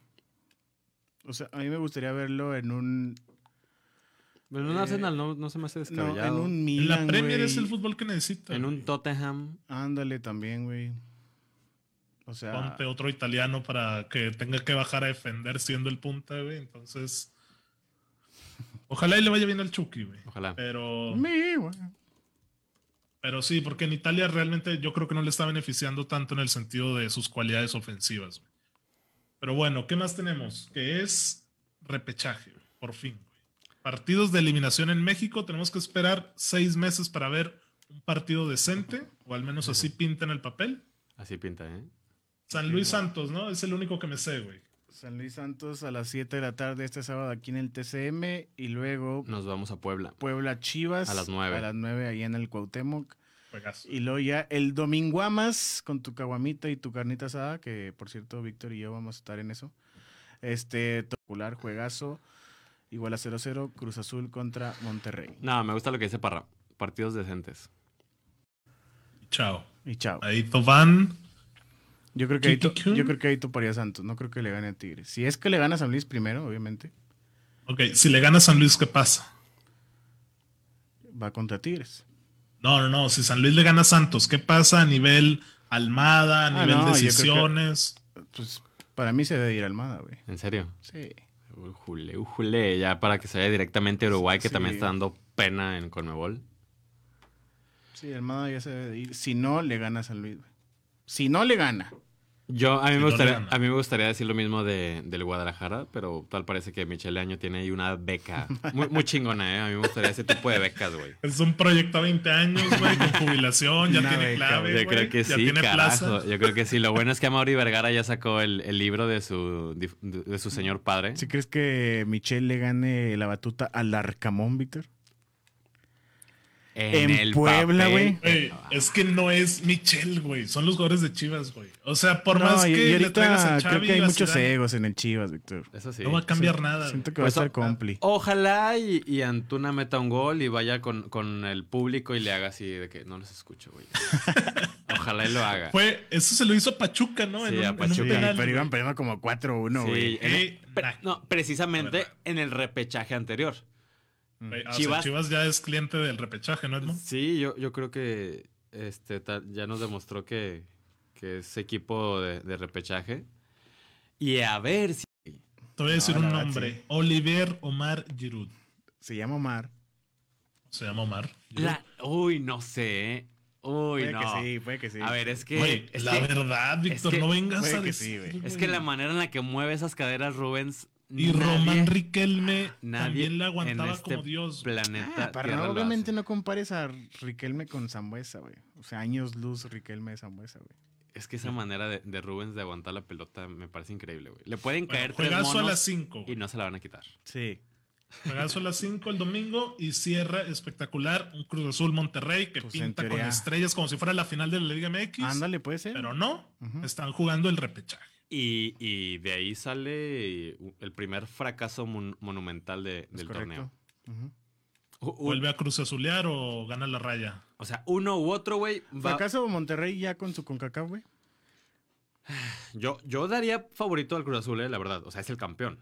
O sea, a mí me gustaría verlo en un. Pero en un Eh, Arsenal Pues no, no se me hace No, descabellado. en un En Milan. la Premier güey. es el fútbol que necesita. En güey. un Tottenham. Ándale también, güey. O sea, Ponte otro italiano para que tenga que bajar a defender siendo el punta, güey. Entonces, ojalá y le vaya bien al Chucky, güey. Ojalá. Pero, me, güey. pero sí, porque en Italia realmente yo creo que no le está beneficiando tanto en el sentido de sus cualidades ofensivas, güey. Pero bueno, ¿qué más tenemos? Que es repechaje, güey, por fin, güey. Partidos de eliminación en México, tenemos que esperar seis meses para ver un partido decente, o al menos así pinta en el papel. Así pinta, ¿eh? San Luis Santos, ¿no? Es el único que me sé, güey. San Luis Santos a las 7 de la tarde este sábado aquí en el TCM y luego Nos vamos a Puebla. Puebla Chivas A las nueve. A las 9 ahí en el Cuauhtémoc. Juegazo. Y luego ya el domingo amas con tu caguamita y tu carnita asada, que por cierto Víctor y yo vamos a estar en eso. Este, tocular, juegazo, igual a 0-0, Cruz Azul contra Monterrey. No, me gusta lo que dice Parra. Partidos decentes. Chao. Y chao. Ahí van. Yo creo que ahí, to- Kikikun. yo creo que ahí toparía Santos, no creo que le gane a Tigres. Si es que le gana a San Luis primero, obviamente, Ok, si le gana San Luis, ¿qué pasa? va contra Tigres. No, no, no. Si San Luis le gana a Santos, ¿qué pasa a nivel Almada, a Ah, nivel no, yo creo que- decisiones? Pues para mí se debe ir Almada, güey. ¿En serio? Sí. Ujule, ujule. Ya para que se vaya directamente a Uruguay, que Sí. también está dando pena en Conmebol. Sí, Almada ya se debe de ir. Si no, le gana a San Luis, güey. Si no le gana. Yo, a mí, Si me no le gustaría, gana. a mí me gustaría decir lo mismo de, del Guadalajara, pero tal parece que Michele Año tiene ahí una beca muy, muy chingona, ¿eh? A mí me gustaría ese tipo de becas, güey. Es un proyecto a 20 años, güey, con jubilación, ya Una tiene beca, clave. Yo güey, creo que ya sí, tiene carajo. plaza. Yo creo que sí. Lo bueno es que Amaury Vergara ya sacó el, el libro de su, dif- de, de su señor padre. ¿Si crees que Michelle le gane la batuta al Arcamón, Víctor? en Puebla, papel. güey. Güey, es que no es Michel, güey. Son los jugadores de Chivas, güey. O sea, por no, más y, que y le traigas a ahorita creo Xavi, que hay a muchos Zidane, egos en el Chivas, Víctor. Eso sí. No va a cambiar Sí, nada. Siento güey. que va a Pues, estar o- compli. Ojalá y, y Antuna meta un gol y vaya con, con el público y le haga así de que no los escucho, güey. Ojalá y lo haga. Fue, eso se lo hizo a Pachuca, ¿no? Sí, en un, a en un Pachuca. Sí, penal, pero güey. iban perdiendo como 4-1, Sí, güey. en- Eh, pre- nah. no, precisamente Verdad. en el repechaje anterior. Güey, o sea, Chivas- Chivas. ya es cliente del repechaje, ¿no, Edmond? Sí, yo, yo creo que este tal- ya nos demostró que, que es equipo de, de repechaje. Y a ver si. Te voy a decir No, la un verdad, nombre. sí. Oliver Omar Giroud. Se llama Omar. Se llama Omar. Giroud. la- uy, no sé. ¿eh? Uy, puede no. que sí, puede que sí. A ver, es que. Güey, es la que- verdad, Víctor, que- no vengas güey, a que sí, decir. güey. Es que la manera en la que mueve esas caderas Rubens. Y nadie Román Riquelme nadie también la en aguantaba este como Dios. güey. Planeta. Ah, para Tierra no, lo obviamente hace. no compares a Riquelme con Zambuesa, güey. O sea, años luz Riquelme de Zambuesa, güey. Es que esa manera de, de Rubens de aguantar la pelota me parece increíble, güey. Le pueden Bueno, caer tres juegazo a las monos 5. y no se la van a quitar. Sí. Juegazo a las 5 el domingo y cierra espectacular un Cruz Azul Monterrey que Pues, en pinta con teoría. estrellas como si fuera la final de la Liga MX. Ándale, puede ser. Pero no, Ujú. están jugando el repechaje. Y, y de ahí sale el primer fracaso mon- monumental de- Es del correcto. torneo. U- Ujú. u- ¿Vuelve a Cruz Azulear o gana la raya? o sea, uno u otro, güey. va- ¿Fracaso Monterrey ya con su Concacaf, güey? Yo, yo daría favorito al Cruz Azul, eh, la verdad. O sea, es el campeón.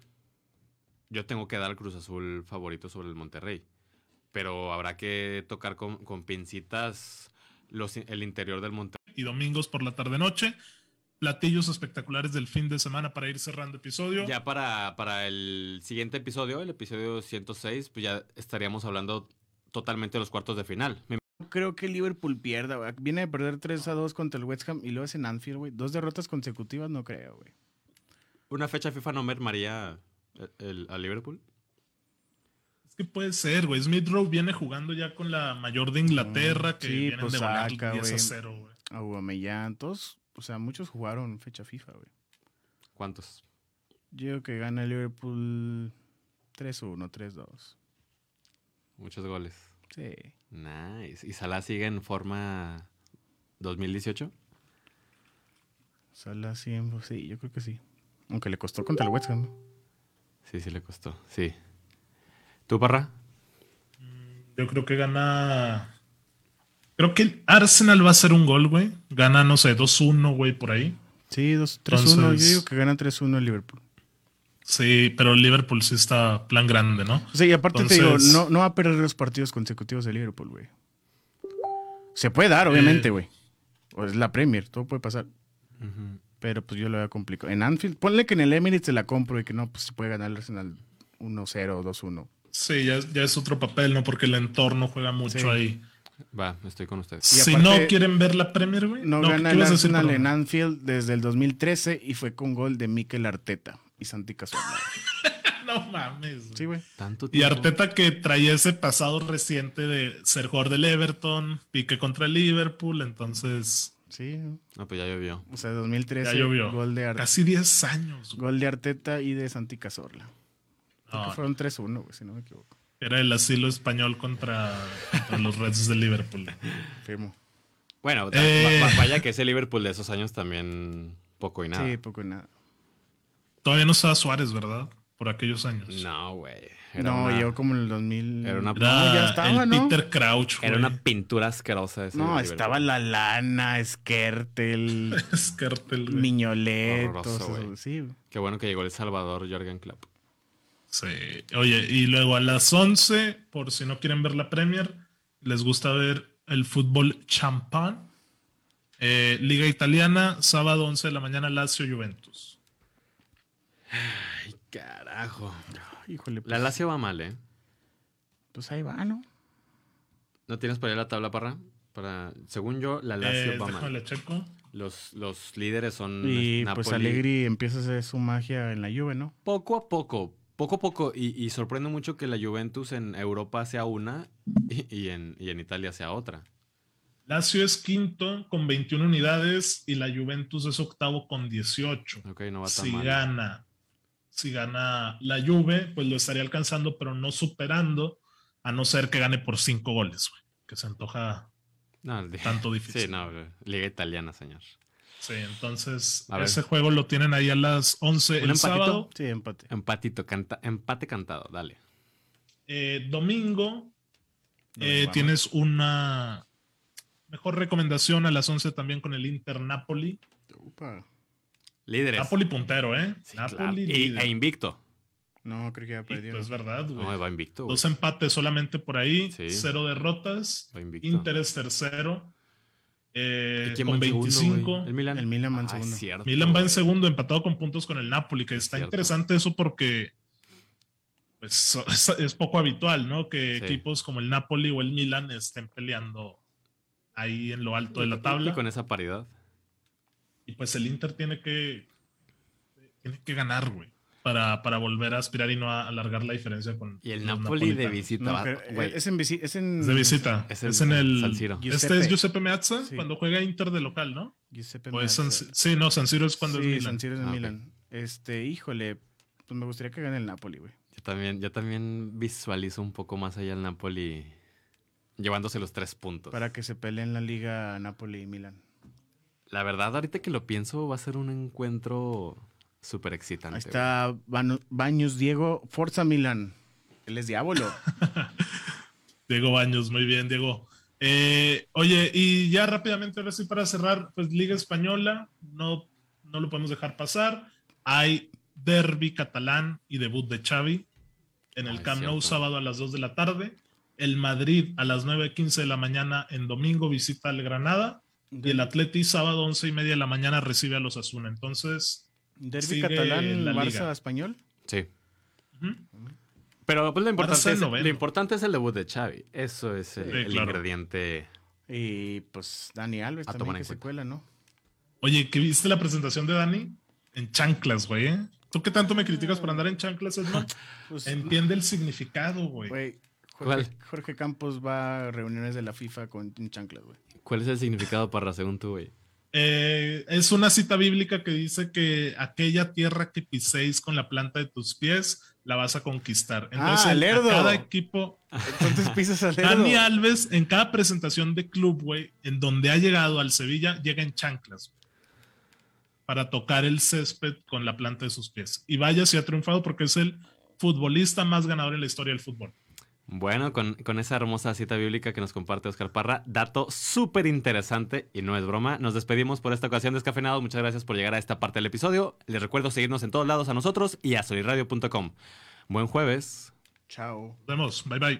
Yo tengo que dar al Cruz Azul favorito sobre el Monterrey. Pero habrá que tocar con, con pincitas los, el interior del Monterrey. Y domingos por la tarde-noche. Platillos espectaculares del fin de semana para ir cerrando episodio. Ya para, para el siguiente episodio, el episodio 106, pues ya estaríamos hablando totalmente de los cuartos de final. Me- Creo que Liverpool pierda, güey. Viene de perder 3 a 2 contra el West Ham y luego es en Anfield, güey. Dos derrotas consecutivas, no creo, güey. Una fecha FIFA no mermaría el, el- a Liverpool. Es que puede ser, güey. Smith Rowe viene jugando ya con la mayor de Inglaterra, que Sí, vienen pues de ganar saca, 10 a güey. 0, güey. Aubameyang, todos, o sea, muchos jugaron fecha FIFA, güey. ¿Cuántos? Yo creo que gana Liverpool 3-1, 3-2. Muchos goles. Sí. Nice. ¿Y Salah sigue en forma 2018? Sala 100, sí, yo creo que sí. Aunque le costó contra el West Ham. Sí, sí le costó. Sí. ¿Tú, Parra? Yo creo que gana. Creo que el Arsenal va a ser un gol, güey. Gana, no sé, 2-1, güey, por ahí. Sí, dos- 3-1. Entonces- Yo digo que gana 3-1 el Liverpool. Sí, pero Liverpool sí está plan grande, ¿no? O sea, y aparte te Entonces- digo, no, no va a perder los partidos consecutivos de Liverpool, güey. Se puede dar, obviamente, Eh. güey. O es la Premier, todo puede pasar. Pero pues yo lo veo complicado. En Anfield, ponle que en el Emirates se la compro y que no, pues se puede ganar el Arsenal 1-0 o 2-1. Sí, ya, ya es otro papel, ¿no? Porque el entorno juega mucho Sí. ahí. Va, estoy con ustedes. Y si no aparte- quieren ver la Premier, güey. No, ¿qué- gana qué el ibas a decir, Arsenal perdón? en Anfield desde el 2013 y fue con gol de Mikel Arteta y Santi Cazorla. No mames. güey. Sí, güey. Tanto Y tiempo. Arteta que traía ese pasado reciente de ser jugador del Everton, pique contra el Liverpool, entonces Sí, No, pues ya llovió. o sea, 2013. Ya llovió. Gol de, Ar- Casi 10 años. güey. gol de Arteta y de Santi Cazorla. Creo que No, fueron 3-1, güey, si no me equivoco. era el asilo español contra, contra los Reds de Liverpool. Firmo. Bueno, Eh. va- va- vaya que ese Liverpool de esos años también poco y nada. Sí, poco y nada. Todavía no estaba Suárez, ¿verdad? Por aquellos años. No, güey. Era No, una- yo como en el 2000. Era una- Era No, ya estaba, el ¿no? Peter Crouch. Era güey. una pintura asquerosa ese No, Liverpool. estaba la lana, Skertel, Es cartel, güey. Miñolet, Horroroso, todos güey. esos, sí. güey. Qué bueno que llegó El Salvador Jorgen Klopp. Sí. Oye, y luego a las 11, por si no quieren ver la Premier, les gusta ver el fútbol champán. Eh, Liga Italiana, sábado 11 de la mañana, Lazio Juventus. Ay, carajo. Híjole, La pues, Lazio va mal, ¿eh? pues ahí va, ¿no? ¿No tienes para allá la tabla, Parra? Para... Según yo, la Lazio Eh, va déjame mal. le checo. Los, los líderes son Y Mm, Napoli. pues Allegri empieza a hacer su magia en la Juve, ¿no? Poco a poco, poco a poco. Y, y sorprende mucho que la Juventus en Europa sea una y, y en, y en Italia sea otra. Lazio es quinto con 21 unidades y la Juventus es octavo con 18. Ok, no va tan si mal. gana, si gana la Juve, pues lo estaría alcanzando, pero no superando, a no ser que gane por cinco goles, güey, que se antoja No, el- tanto difícil. sí, no, liga italiana, señor. Sí, entonces A ver. ese juego lo tienen ahí a las 11 el ¿Un empatito? sábado. Sí, Eh, empate. Empatito, canta, empate cantado, dale. Eh, domingo No, eh, vamos. tienes una mejor recomendación a las 11 también con el Inter Napoli. Upa. Líderes. Napoli puntero, ¿eh? Sí, Napoli claro. Y- líder. e invicto. No, creo que ya Invicto, perdió. pues, es verdad, güey. No, va invicto. güey. Dos empates solamente por ahí, Sí. cero derrotas. Va invicto. Inter es tercero eh, ¿Y quién va con en segundo, 25. güey? el Milan. El Milan va en Ah, es segundo. cierto, Milan va en güey. segundo, empatado con puntos con el Napoli, que está Cierto. interesante eso porque pues, so- es, es poco habitual, ¿no? Que Sí. equipos como el Napoli o el Milan estén peleando ahí en lo alto de la Y tabla. con esa paridad. Y pues el Inter tiene que, tiene que ganar, güey, para, para volver a aspirar y no a- alargar la diferencia con. Y el los Napoli de napolitanos. visita. No, va- pero, eh, güey, es en visi- es en Es de visita. Es Es, el- en el. San Siro. Este Giuseppe. es Giuseppe Meazza Sí. cuando juega Inter de local, ¿no? Giuseppe O es San Meazza. Si- sí, no, San Siro es cuando sí, es Milan. San Siro es Ah, ok. Milan. Este, híjole, pues me gustaría que gane el Napoli, güey. yo, también, yo también visualizo un poco más allá el Napoli llevándose los tres puntos. Para que se peleen la liga Napoli y Milan. La verdad, ahorita que lo pienso, va a ser un encuentro súper Ahí excitante. está Banu- Baños Diego, Forza Milan. Él es diablo. Diego Baños, muy bien, Diego. Eh, oye, y ya rápidamente, ahora sí, para cerrar, pues Liga Española, no, no lo podemos dejar pasar. Hay derby catalán y debut de Xavi en el Ay, Camp Nou cierto. sábado a las 2 de la tarde. El Madrid a las 9.15 de la mañana en domingo visita al Granada. Y el Atleti sábado 11 y media de la mañana recibe a los Asuna. Entonces, Derby Sigue catalán, la Barça liga. español. güey. Sí. ujú, Pero pues, lo, importante ser es, noveno. lo importante es el debut de Xavi. Eso es el, Sí, el claro. ingrediente. Y pues Dani Alves A también tomar que Ah, en se cuenta. cuela, ¿no? Oye, ¿qué viste la presentación de Dani? En chanclas, güey. ¿eh? ¿Tú qué tanto me criticas por andar en chanclas, Edmond? Pues, Entiende el significado, güey. güey, Jorge, ¿Cuál? Jorge Campos va a reuniones de la FIFA con un chanclas, güey. ¿Cuál es el significado, Parra, según tú, güey? Eh, es una cita bíblica que dice que aquella tierra que piséis con la planta de tus pies la vas a conquistar. Entonces, Ah, en- a Lerdo. cada equipo, Entonces pisas a dedo. Dani Alves, en cada presentación de club, güey, en donde ha llegado al Sevilla, llega en chanclas güey, para tocar el césped con la planta de sus pies. Y vaya si ha triunfado porque es el futbolista más ganador en la historia del fútbol. Bueno, con, con esa hermosa cita bíblica que nos comparte Oscar Parra, dato súper interesante y no es broma. Nos despedimos por esta ocasión, descafeinados. Muchas gracias por llegar a esta parte del episodio. Les recuerdo seguirnos en todos lados a nosotros y a solirradio.com. Buen jueves. Chao. Nos vemos. Bye bye.